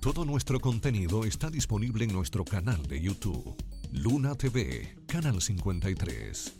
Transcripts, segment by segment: Todo nuestro contenido está disponible en nuestro canal de YouTube, Luna TV, Canal 53.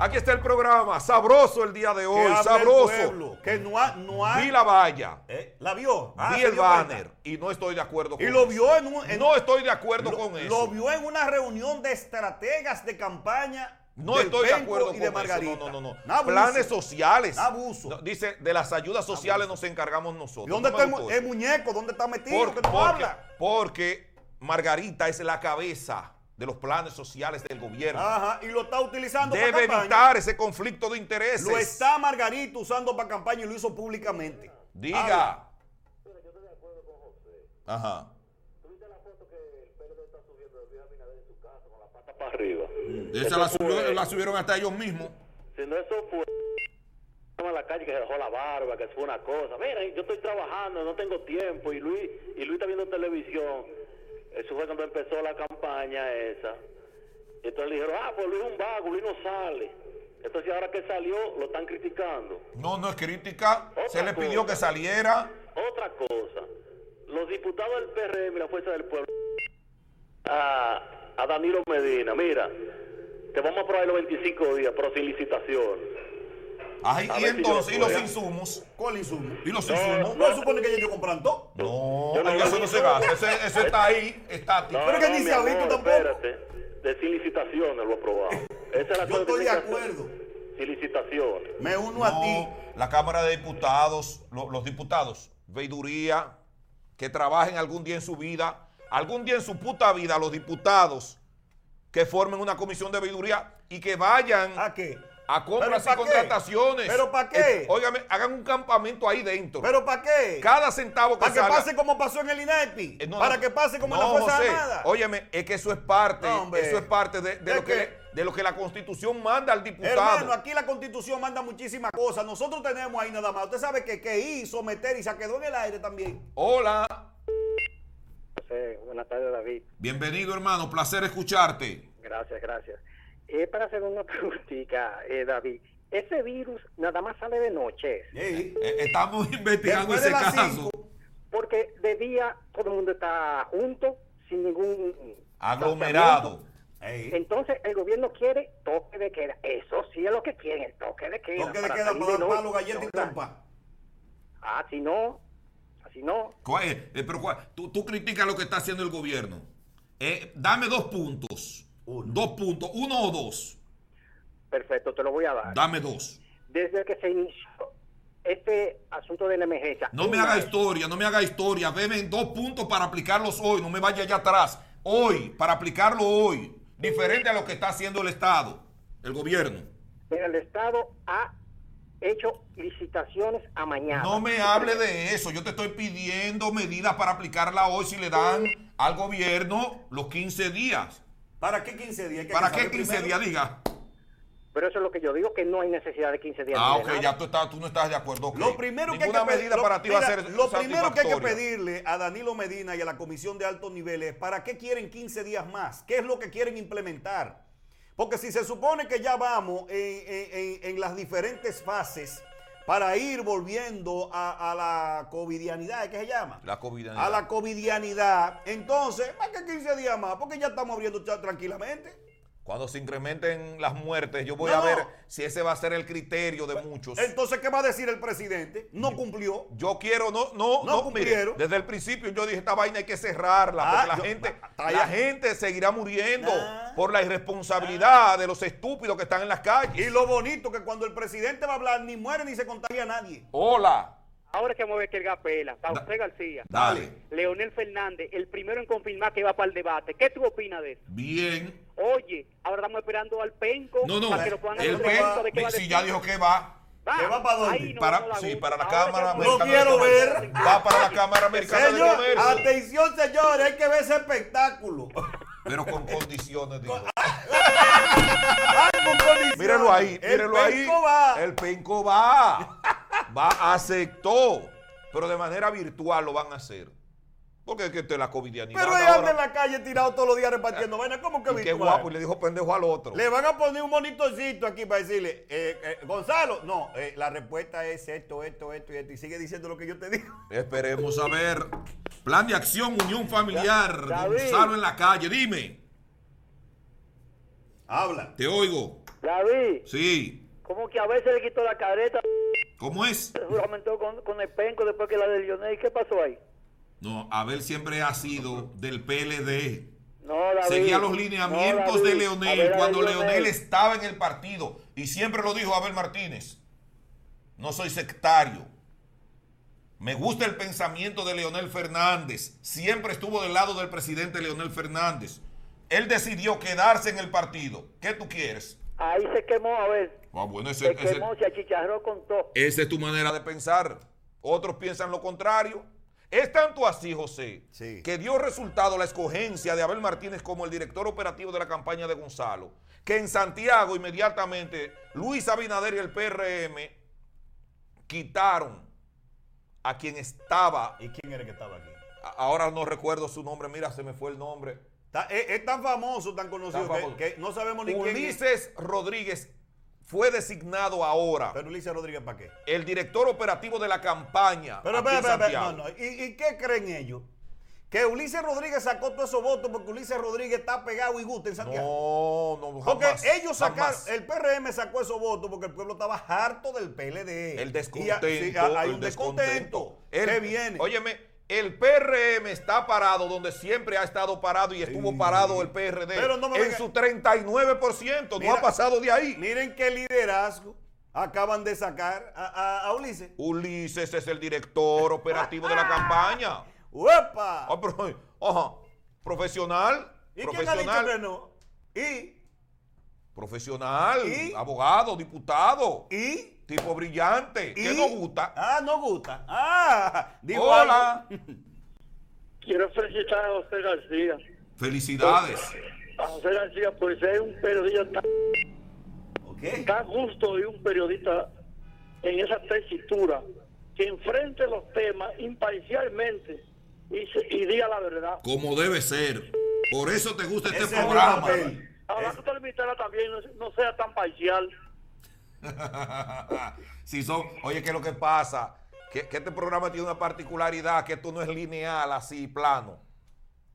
Aquí está el programa, sabroso el día de hoy, hable el sabroso. pueblo, que no ha, no ha- Vi la valla, Eh, la vio. Ah, vi se el dio banner cuenta. y no estoy de acuerdo con Y lo eso. vio en un. en- No estoy de acuerdo lo, con eso. lo vio en una reunión de estrategas de campaña. No del estoy de Penco acuerdo y con de eso. Margarita. No, no, no. no. Abuso. Planes sociales. Abuso. No, dice, de las ayudas sociales nos encargamos nosotros. ¿Y dónde No me está el, mu- gustó el eso. muñeco? ¿Dónde está metido? Por- ¿Qué tú porque, hablas? porque Margarita es la cabeza de los planes sociales del gobierno. Ajá, y lo está utilizando Debe Ah, para campaña. evitar ese conflicto de intereses. Lo está Margarita usando para campaña y lo hizo públicamente. Habla. Diga. Ajá. para arriba. Esa la, subió- la subieron hasta ellos mismos. Si no, eso fue a la calle que se dejó la barba, que fue una cosa. Mira, yo estoy trabajando, no tengo tiempo. Y Luis, y Luis está viendo televisión. Eso fue cuando empezó la campaña esa. Y entonces le dijeron, ah, pues Luis es un vago, Luis no sale. Entonces ahora que salió, lo están criticando. No, no es crítica. Se le pidió que saliera. Otra cosa, los diputados del PRM y la Fuerza del Pueblo a, a Danilo Medina, mira, te vamos a probar los 25 días, pero sin licitación. Ay, A y ver si entonces, y yo lo los puedo. insumos. ¿Cuál insumo? Y los No, insumos. ¿No se supone que ellos compran todo? No, Yo no ay, lo eso vi. no se gasta. Eso, eso está ahí, estático. Pero que ni se ha visto tampoco. Espérate, de sin licitaciones lo aprobado. Esa es la Yo cosa estoy que de tiene que hacer, acuerdo. Sin licitaciones. Me uno a ti. No, la Cámara de Diputados, lo- los diputados. Veiduría, que trabajen algún día en su vida, algún día en su puta vida, los diputados que formen una comisión de veiduría y que vayan ¿A qué? a compras y ¿Pero pa' qué? contrataciones. ¿Pero pa' qué? Eh, Óigame, hagan un campamento ahí dentro. ¿Pero para qué? Cada centavo que Eh, Para que salga- pase como pasó en el INEPI. Eh, no, para no. que pase como en No, la Fuerza José, Armada. Óyeme, es que eso es parte, No, hombre. eso es parte de, de ¿De lo que, qué? de lo que la Constitución manda al diputado. Hermano, aquí la constitución manda muchísimas cosas. Nosotros tenemos ahí nada más. Usted sabe que, que hizo meter y se quedó en el aire también. Hola. José, buenas tardes David, Bienvenido, hermano. Placer escucharte. gracias, gracias. Eh, para hacer una preguntita, eh, David, ese virus nada más sale de noche, Eh, estamos investigando Después de ese las caso. cinco. porque de día todo el mundo está junto, sin ningún... Aglomerado. Ey. Entonces el gobierno quiere toque de queda, eso sí es lo que quieren, el toque de queda. Toque de para queda salir para dar noche. palo, galleta y No, trompa. Ah, si no, así no. ¿Cuál es? Eh, pero cuál- tú, tú criticas lo que está haciendo el gobierno. Eh, dame dos puntos. Dos puntos. Uno o dos. Perfecto, te lo voy a dar. Dame dos. Desde que se inició este asunto de la emergencia... No me una haga vez- historia, no me haga historia. Deme dos puntos para aplicarlos hoy. No me vaya allá atrás. Hoy, para aplicarlo hoy. Diferente a lo que está haciendo el Estado, el gobierno. Mira, el Estado ha hecho licitaciones a mañana. No me hable de eso. Yo te estoy pidiendo medidas para aplicarla hoy si le dan al gobierno los 15 días. ¿Para qué 15 días? Hay que ¿Para saber qué 15 primero. días? Diga. Pero eso es lo que yo digo, que no hay necesidad de 15 días. Ah, ni de ok, nada. ya tú, estás, tú no estás de acuerdo. ok. Lo primero que hay Ninguna que pedir- medida lo- para ti va a mira, ser Lo primero que hay que satisfactoria. pedirle a Danilo Medina y a la Comisión de Altos Niveles, ¿para qué quieren 15 días más? ¿Qué es lo que quieren implementar? Porque si se supone que ya vamos en, en- en- en las diferentes fases para ir volviendo a, a la covidianidad, ¿qué se llama? La COVID. a la covidianidad, entonces, ¿para qué 15 días más? Porque ya estamos abriendo ya tranquilamente. Cuando se incrementen las muertes, yo voy No, a ver no. si ese va a ser el criterio de muchos. Entonces, ¿qué va a decir el presidente? No cumplió. Yo quiero, no, no, No no, cumplieron. mire, desde el principio yo dije, esta vaina hay que cerrarla, Ah, porque la, yo- gente, ah, está la ya. gente seguirá muriendo Ah. por la irresponsabilidad Ah. de los estúpidos que están en las calles. Y lo bonito que cuando el presidente va a hablar, ni muere ni se contagia a nadie. Hola. Ahora que mueve que el Gapela, José García, Dale. Leonel Fernández, el primero en confirmar que va para el debate. ¿Qué tú opinas de eso? Bien. Oye, ahora estamos esperando al Penco No, no. para que lo puedan el hacer de P, cuenta de que va a si decir. ya dijo que va. ¿Que va para dónde? Ahí no Para- vamos a sí, gusto. para la Ahora Cámara que- Americana de quiero Comercio. ver. Va para la Cámara Americana de Señor, Comercio. atención, señores, hay que ver ese espectáculo. Pero con condiciones, digo. Algo con Mírenlo ahí, El mírenlo ahí. penco va. El penco va. Va, aceptó. Pero de manera virtual lo van a hacer. Porque es que te la COVID Pero él anda en la calle tirado todos los días repartiendo vaina. ¿Cómo que Y qué virtual? guapo. Y le dijo pendejo al otro. Le van a poner un monitorcito aquí para decirle, eh, eh, Gonzalo, no, eh, la respuesta es esto, esto, esto y esto. Y sigue diciendo lo que yo te digo. Esperemos. Vamos a ver. Plan de acción, unión familiar. David. Gonzalo en la calle. Dime. Habla. Te oigo. David, Sí. como que a veces le quitó la careta, ¿Cómo es? aumentó con, con el penco después que la de Lionel. ¿Qué pasó ahí? No, Abel siempre ha sido del PLD. No, David. Seguía los No, lineamientos David. de A Leonel ver, a ver, cuando Leonel estaba en el partido. Y siempre lo dijo Abel Martínez. No soy sectario. Me gusta el pensamiento de Leonel Fernández. Siempre estuvo del lado del presidente Leonel Fernández. Él decidió quedarse en el partido. ¿Qué tú quieres? Ahí se quemó, a ver. Ah, bueno, ese- Se ese- quemó, se achicharró con todo. esa es tu manera de... de pensar. Otros piensan lo contrario. Es tanto así, José, Sí. que dio resultado la escogencia de Abel Martínez como el director operativo de la campaña de Gonzalo, que en Santiago inmediatamente Luis Abinader y el PRM quitaron a quien estaba, ¿Y quién era que estaba aquí? a- ahora no recuerdo su nombre, mira, se me fue el nombre, Ta- es, eh, es tan famoso, tan conocido, Tan que- famoso. Que, no sabemos ni quién es. Ulises Rodríguez fue designado ahora Pero Ulises Rodríguez, ¿para qué? el director operativo de la campaña. Pero, aquí en espera, espera, espera. Santiago. No, no. ¿Y, y qué creen ellos? Que Ulises Rodríguez sacó todos esos votos porque Ulises Rodríguez está pegado y gusta en Santiago. No, no, porque jamás, ellos sacaron, jamás. el PRM sacó esos votos porque el pueblo estaba harto del PLD. El Y a- descontento. sí, a- hay el un descontento. El- ¿Qué viene? Óyeme, el PRM está parado donde siempre ha estado parado y estuvo parado el PRD. Pero no me en venga- su 39%, no Mira, ha pasado de ahí. Miren qué liderazgo acaban de sacar a, a- a Ulises. Ulises es el director operativo de la campaña. ¡Uepa! Ah, pero, ajá, profesional. ¿Y quién ha dicho que profesional. no? ¿Y? Profesional. ¿Y? Abogado, diputado. ¿Y? Tipo brillante. ¿Y? Que no gusta. Ah, no gusta. Ah, digo Hola. algo. Quiero felicitar a José García. Felicidades. A José García por ser un periodista tan, Ok. tan justo y un periodista en esa tesitura que enfrente los temas imparcialmente y, se- y diga la verdad. Como debe ser. Por eso te gusta este Ese es mi programa. papel. Ahora tú te limitarás también, no, no sea tan parcial. si son, oye, ¿qué es lo que pasa? Que, que este programa tiene una particularidad, que esto no es lineal, así, plano.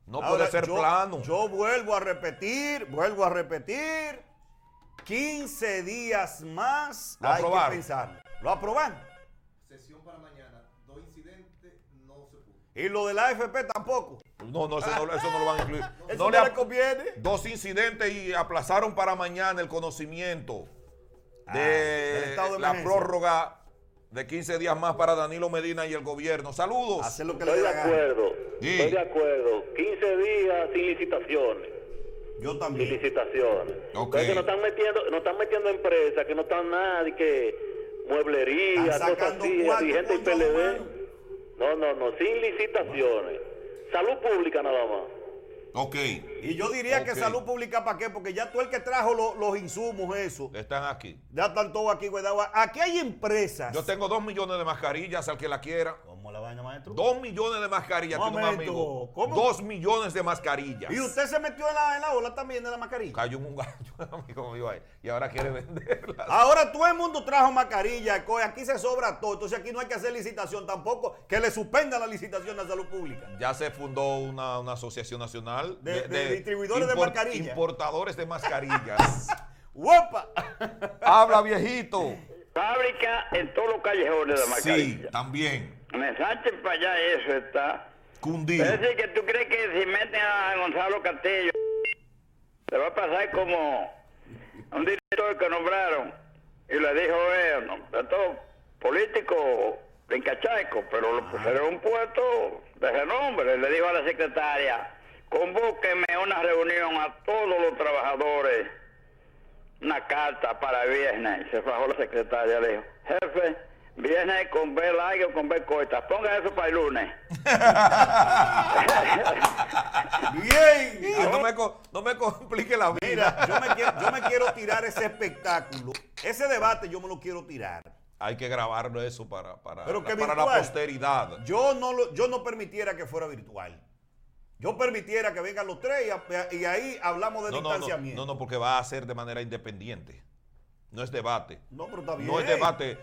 No Ahora, puede ser yo- plano. Yo vuelvo a repetir, vuelvo a repetir. 15 días más Lo hay aprobaron. que pensarlo. Lo aprobaron. Sesión para mañana. Dos incidentes no se pudo. Y lo de la AFP tampoco. No, no, eso no, eso no lo van a incluir. Ah, Eso No no, le le ap- conviene. dos incidentes y aplazaron para mañana el conocimiento Ah, del de estado de la emergencia. prórroga de 15 días más para Danilo Medina y el gobierno. Saludos. Hacer lo que le Estoy dé de la gana. acuerdo, Sí. estoy de acuerdo. 15 días sin licitaciones, Yo sin también. licitaciones. Ok. Entonces, que nos están metiendo, nos están metiendo empresas que no están nadie, que mueblería, Están cosas sacando así, cuarto, dirigentes y coño, PLD. hermano. No, no, no, sin licitaciones. Salud pública nada más. Ok. Y yo diría Ok. que salud pública para qué, porque ya tú el que trajo lo- los insumos, eso. Están aquí. Ya están todos aquí, güey. Aquí hay empresas. Yo tengo dos millones de mascarillas al que la quiera. ¿Cómo la vaina, maestro? Dos millones de mascarillas, tiene un Momento, amigo. ¿cómo? Dos millones de mascarillas. Y usted se metió en la, en la ola también de la mascarilla. Cayó un gallo, amigo mío, ahí, y ahora quiere venderla. Ahora todo el mundo trajo mascarilla, co- aquí se sobra todo, entonces aquí no hay que hacer licitación tampoco, que le suspenda la licitación a salud pública. Ya se fundó una, una asociación nacional De- de distribuidores de mascarillas. Importadores de mascarillas. ¡Uepa! Habla, viejito. Fábrica en todos los callejones de Sí, mascarilla. también. Me sachen para allá eso está. Cundido. Es decir, que tú crees que si meten a Gonzalo Castillo, te va a pasar como un director que nombraron y le dijo, eh, no, esto político brincachaco, pero lo pusieron en un puesto de renombre. Le dijo a la secretaria, convóqueme a una reunión a todos los trabajadores una carta para viernes. Se fajó la secretaria, le dijo, jefe, viernes con B larga o con B corta. Ponga eso para el lunes. Bien. Ah, no, me, co- no me complique la vida. Mira, yo me, quiero, yo me quiero tirar ese espectáculo. Ese debate yo me lo quiero tirar. Hay que grabarlo eso para, para, Pero la- que para la virtual. posteridad. Yo no, lo- yo no permitiera que fuera virtual. Yo permitiera que vengan los tres y, a- y ahí hablamos de No, no, no, distanciamiento. no, no, porque va a ser de manera independiente. No es debate. No, pero está bien. No es debate.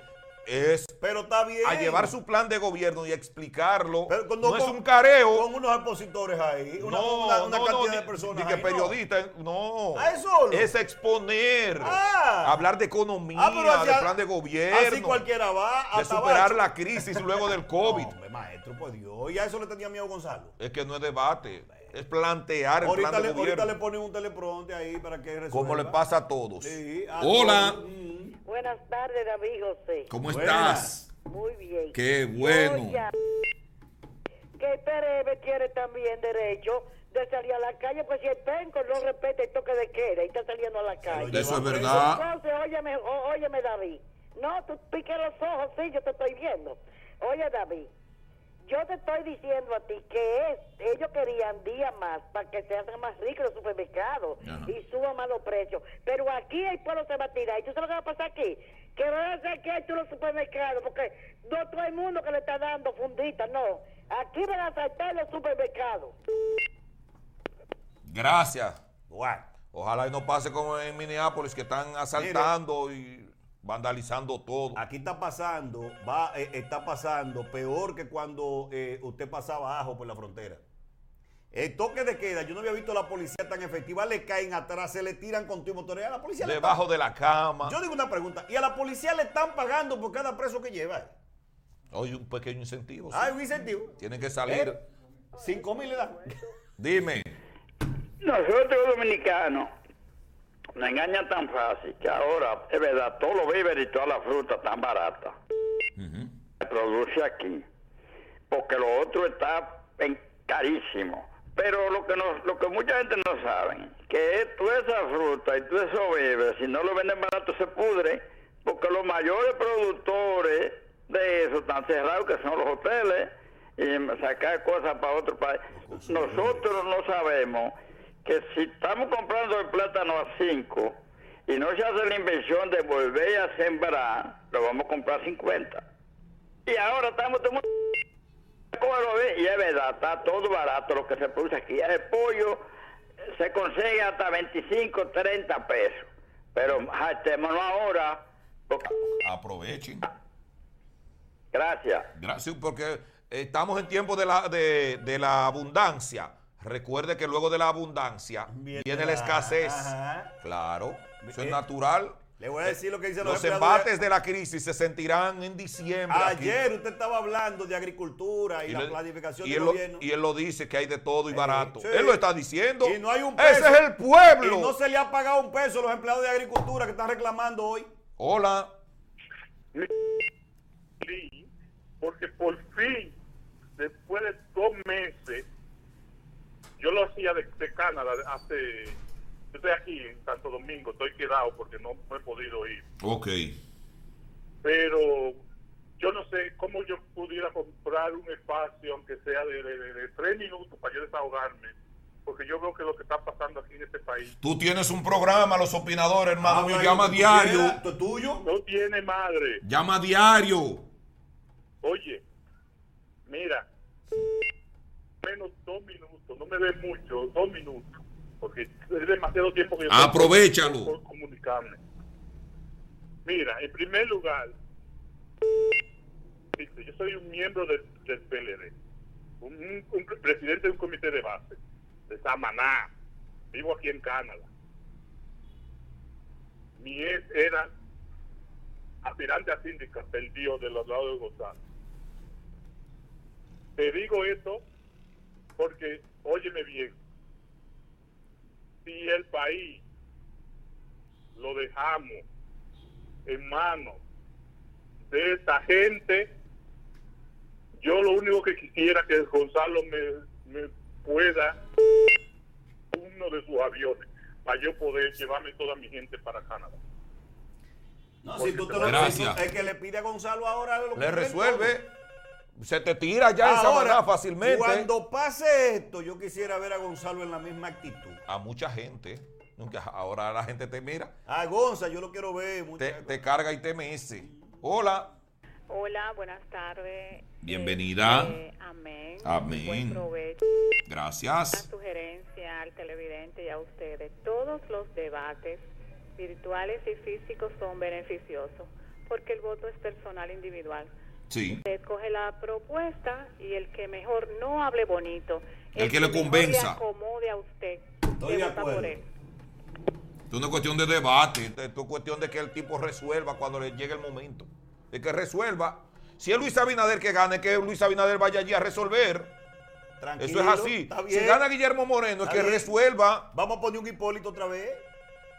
Es Pero está bien. a llevar su plan de gobierno y explicarlo. Pero con- no es con- un careo. Con unos opositores ahí. Una, no, una- una no, cantidad no, de ni- personas. Ni que ahí, no. periodistas, no. Ah, es solo. Es exponer. Ah. hablar de economía, Ah, pero hacia- de plan de gobierno. Así cualquiera va a de superar la crisis luego del COVID. maestro, por Dios. Y a eso le tenía miedo Gonzalo. Es que no es debate, es plantear el Ahorita plan de le, ahorita gobierno. le ponen un telepronte ahí para que resuelva. como le pasa a todos. Sí, a Hola. todo. Mm. Buenas tardes, David José. ¿Cómo Buenas. estás? Muy bien. Qué bueno. Yo ya- Que el PRM tiene también derecho de salir a la calle, pues si el penco no respeta el toque de queda y está saliendo a la calle. Eso es Ah. verdad. Entonces, óyeme, ó- óyeme, David. No, tú piques los ojos, sí, yo te estoy viendo. Oye, David, yo te estoy diciendo a ti que es, ellos querían día más para que se hagan más ricos los supermercados Ajá. y suban más los precios. Pero aquí el pueblo se va a tirar. ¿Y tú sabes lo que va a pasar aquí? Que van a saquear tú los supermercados porque no todo el mundo que le está dando fundita, no. Aquí van a saltar los supermercados. Gracias. Guau. Ojalá y no pase como en Minneapolis que están asaltando y vandalizando todo. Aquí está pasando, va, eh, está pasando peor que cuando eh, usted pasaba abajo por la frontera. El toque de queda, yo no había visto a la policía tan efectiva, le caen atrás, se le tiran con tu motor. A la policía le Debajo de la cama. Yo digo una pregunta, ¿y a la policía le están pagando por cada preso que lleva? Hay un pequeño incentivo. Pues sí. Hay un incentivo. Tienen que salir. ¿Eh? Cinco mil le dan. Dime. Nosotros los dominicanos nos engañan tan fácil que ahora, es verdad, todos los víveres y todas las frutas están baratas. Se produce aquí. Porque lo otro está en- carísimo. Pero lo que nos, lo que mucha gente no sabe, que es toda esa fruta y todo eso víveres, si no lo venden barato se pudre, porque los mayores productores de eso están cerrados, que son los hoteles, y sacar cosas para otro país. Nosotros no sabemos que si estamos comprando el plátano a 5 y no se hace la inversión de volver a sembrar, lo vamos a comprar a 50. Y ahora estamos tomando... ¿Cómo lo ve? Y es verdad, está todo barato lo que se produce aquí. El pollo eh, se consigue hasta 25, 30 pesos. Pero jactémonos ahora. porque- Aprovechen. Gracias. Gracias, porque estamos en tiempo de la, de, de la abundancia. Recuerde que luego de la abundancia viene, la escasez. Ajá. Claro, eso Eh, es natural. Le voy a decir lo que dicen los Eh, Los empleadores. embates de la crisis se sentirán en diciembre. aquí. Ayer usted estaba hablando de agricultura y, la le- planificación y del él gobierno. Lo, y él lo dice que hay de todo y barato. sí. Él lo está diciendo. Y no hay un Ese peso. es el pueblo. Y no se le ha pagado un peso a los empleados de agricultura que están reclamando hoy. Hola. Sí, porque por fin, después de dos meses, yo lo hacía de, de Canadá hace. Yo estoy aquí en Santo Domingo, estoy quedado porque no he podido ir. Ok. Pero yo no sé cómo yo pudiera comprar un espacio, aunque sea de, de- de- de tres minutos, para yo desahogarme. Porque yo veo que lo que está pasando aquí en este país Tú tienes un programa, los opinadores, hermano. mío, Habla ahí llama lo que diario. quiera. ¿Esto es tuyo? no tiene madre. Llama diario. Oye, mira, menos dos minutos, no me ve mucho, dos minutos, porque es demasiado tiempo que yo tengo Aprovechalo. por comunicarme. Mira, en primer lugar, dice, yo soy un miembro del, del PLD, un, un- un pre- presidente de un comité de base, de Samaná, vivo aquí en Canadá. Mi ex era aspirante a síndica, perdido de los lados de Gonzalo. Te digo esto porque, óyeme bien, si el país lo dejamos en manos de esta gente, yo lo único que quisiera que Gonzalo me, me pueda uno de sus aviones. para yo poder llevarme toda mi gente para Canadá. No, Porque si tú te lo Gracias. el que le pide a Gonzalo ahora lo Le que resuelve. Se te tira ya en Ahora, Samaná fácilmente. Cuando pase esto, yo quisiera ver a Gonzalo en la misma actitud. A mucha gente. Nunca, ahora la gente te mira, A Ah, Gonza, yo lo quiero ver. te, muchacho. te carga y te mece. Hola. Hola, buenas tardes. Bienvenida. Este, amén. Amén. Buen provecho. Una Gracias. sugerencia al televidente y a ustedes. Todos los debates virtuales y físicos son beneficiosos porque el voto es personal individual. Sí. Usted coge la propuesta y el que mejor no hable bonito, El que le mejor convenza. acomode a usted, Estoy usted de vota por acuerdo. él. Esto no es cuestión de debate. Es cuestión de que el tipo resuelva cuando le llegue el momento. De que resuelva. Si es Luis Abinader que gane, que Luis Abinader vaya allí a resolver. Eso Tranquilo, es así. está bien. Si gana Guillermo Moreno, es Está que bien. resuelva. Vamos a poner un Hipólito otra vez.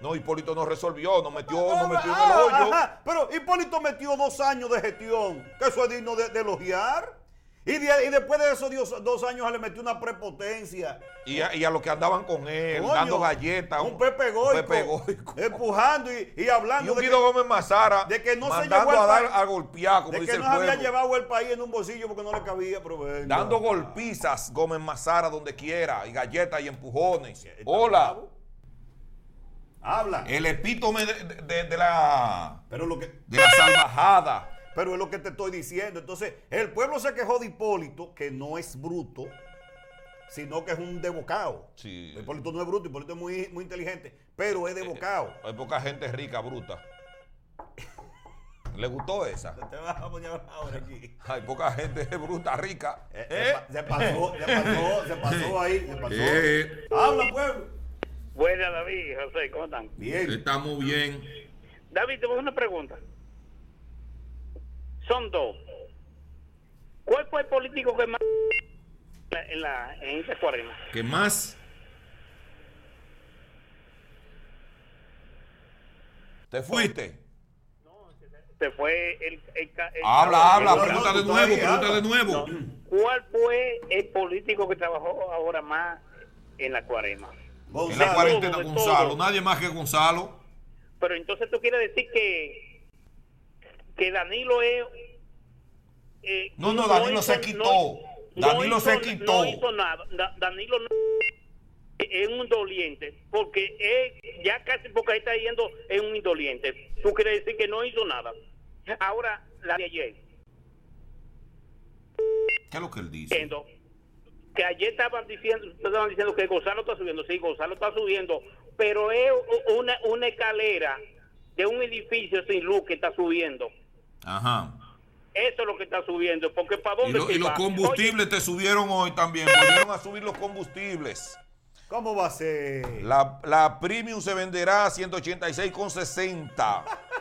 No, Hipólito no resolvió, no metió, no Oh, metió en el Ah, hoyo. ajá, Pero Hipólito metió dos años de gestión, que eso es digno de, de elogiar. Y, de- y después de esos dios- dos años le metió una prepotencia. Y a, y a los que andaban con él, Coño, Eh, dando galletas. Un Pepe Goico. Pepe Goico. Empujando y, y Y hablando un de Guido que, Gómez Mazara. de que no se mandando llevó a al dar país- a golpear, como de dice que el no había pueblo. llevado el país en un bolsillo porque no le cabía, pero venga. Dando golpizas, Gómez Mazara, donde quiera. Y galletas y empujones. Está Hola. Eh. bravo. Habla. El epítome de, de- de la, Pero lo que. de la salvajada. Pero es lo que te estoy diciendo. Entonces, el pueblo se quejó de Hipólito, que no es bruto, sino que es un debocado. Sí. Hipólito no es bruto, Hipólito es muy, muy inteligente, pero es debocado. Hay poca gente rica, bruta. ¿Le gustó esa? Te vas a poner ahora aquí. Hay poca gente bruta, rica. Eh, ¿Eh? se pa- Se pasó, se pasó, se pasó ahí, se pasó. Eh, Habla, pueblo. Buena, David, José, ¿cómo están? Bien. estamos bien. David, te voy a hacer una pregunta. Son dos. ¿Cuál fue el político que más en, la, en esta cuarentena? ¿Qué más? ¿Te fuiste? Se fue el... el ca- el- Habla, habla, Eh, no, Pregunta no, de tú nuevo, todavía pregunta habla. de nuevo. ¿Cuál fue el político que trabajó ahora más en la cuarema? En la Gonzalo, cuarentena, de todo. Gonzalo. Nadie más que Gonzalo. Pero entonces tú quieres decir que que Danilo es... eh, No, no, Danilo se quitó. Danilo se quitó. No hizo nada. Da- Danilo no- es un doliente. Porque es, ya casi porque ahí está yendo es un indoliente. Tú quieres decir que no hizo nada. Ahora, la de ayer. ¿Qué es lo que él dice? diciendo que ayer estaban diciendo, estaban diciendo que Gonzalo está subiendo, sí, Gonzalo está subiendo, pero es u- una, una escalera de un edificio sin luz que está subiendo. Ajá. Eso es lo que está subiendo, porque ¿para Y, dónde lo- se y los va? combustibles te subieron hoy también. Volvieron a subir los combustibles. ¿cómo va a ser? La, la premium se venderá a 186,60.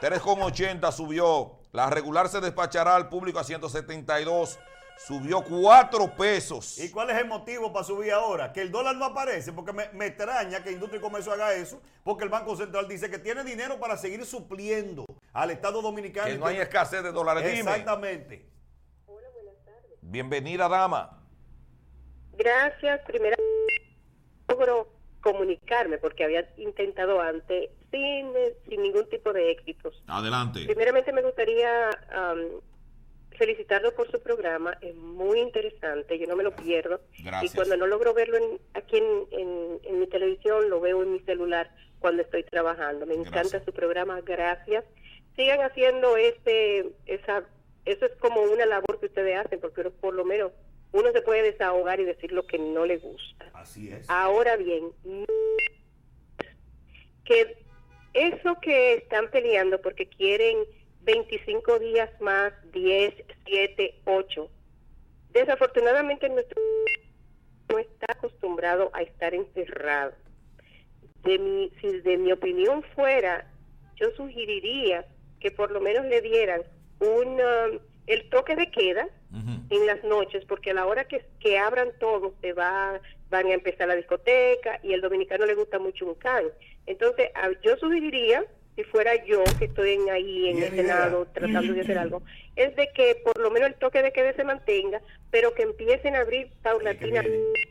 3,80 subió. La regular se despachará al público a 172. Subió 4 pesos. ¿Y cuál es el motivo para subir ahora? Que el dólar no aparece, porque me, me extraña que Industria y Comercio haga eso, porque el Banco Central dice que tiene dinero para seguir supliendo al Estado Dominicano. Que y no hay escasez de dólares. Dime. Exactamente. Bienvenida, dama. Gracias, primera logro comunicarme porque había intentado antes sin, eh, sin ningún tipo de éxitos. Adelante. Primeramente me gustaría am, felicitarlo por su programa, es muy interesante, yo no me lo pierdo. Gracias. Y cuando no logro verlo en- aquí en, en- en mi televisión, lo veo en mi celular cuando estoy trabajando. Me encanta Gracias. su programa, gracias. Sigan haciendo ese, esa, eso es como una labor que ustedes hacen, porque uno- por lo menos uno se puede desahogar y decir lo que no le gusta. Así es. Ahora bien, que eso que están peleando porque quieren 25 días más, 10, 7, 8, desafortunadamente nuestro no está acostumbrado a estar encerrado. De mi, si de mi opinión fuera, yo sugeriría que por lo menos le dieran un, um, el toque de queda, Ujú. en las noches, porque a la hora que, que abran todo, se va, van a empezar la discoteca y al dominicano le gusta mucho un can. Entonces, a- yo sugeriría, si fuera yo que estoy en ahí en Bien el Senado idea. tratando de hacer algo, es de que por lo menos el toque de queda se mantenga, pero que empiecen a abrir Ahí que paulatinamente viene.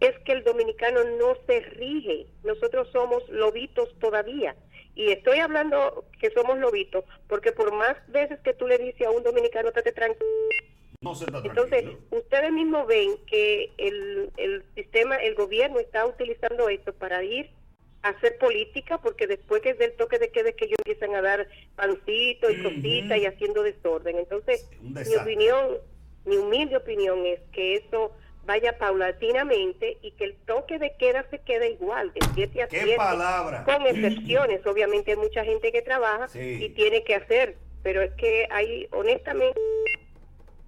es que el dominicano no se rige. Nosotros somos lobitos todavía. Y estoy hablando que somos lobitos, porque por más veces que tú le dices a un dominicano, te tranquilo. No se está Entonces, tranquilo. ustedes mismos ven que el, el sistema, el gobierno está utilizando esto para ir a hacer política, porque después que es del toque de queda es que ellos empiezan a dar pancito y cositas y haciendo desorden. Entonces, Un mi desastre. opinión, mi humilde opinión es que eso vaya paulatinamente y que el toque de queda se quede igual, de 7 a ¡Qué 7, palabra! con excepciones. Obviamente hay mucha gente que trabaja Sí. y tiene que hacer, pero es que hay, honestamente,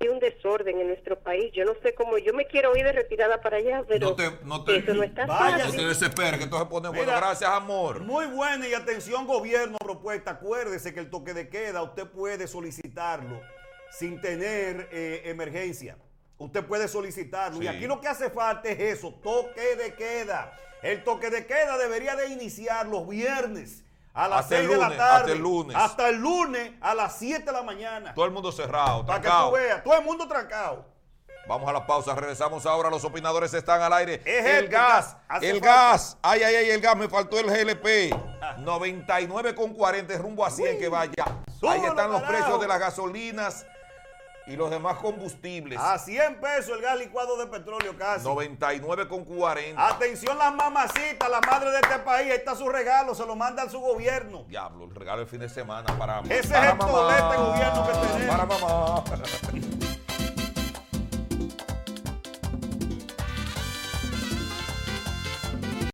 hay un desorden en nuestro país. Yo no sé cómo, yo me quiero ir de retirada para allá, pero No te, no te, eso no está Vaya, no te fácil. desesperes, que esto se pone bueno. Mira. Gracias, amor. Muy buena y atención gobierno propuesta. Acuérdese que el toque de queda usted puede solicitarlo sin tener eh, emergencia. Usted puede solicitarlo. Sí. Y aquí lo que hace falta es eso, toque de queda. El toque de queda debería de iniciar los viernes a las Hasta el 6 de la lunes, tarde. hasta el lunes. Hasta el lunes a las 7 de la mañana. Todo el mundo cerrado, Para que trancado. tú veas, todo el mundo trancado. Vamos a la pausa, regresamos ahora. Los opinadores están al aire. Es el el gas, gas, hace el falta. Ah. gas. Ay, ay, ay, el gas. Me faltó el GLP. 99,40 rumbo a 100 que vaya. Ahí súbelo, están los carajo. precios de las gasolinas y los demás combustibles. A 100 pesos el gas licuado de petróleo casi. 99,40. Atención las mamacitas, las madres de este país, ahí está su regalo, se lo manda a su gobierno. Diablo, el regalo el fin de semana para Ese es para el tolete gobierno que tenemos. Para mamá.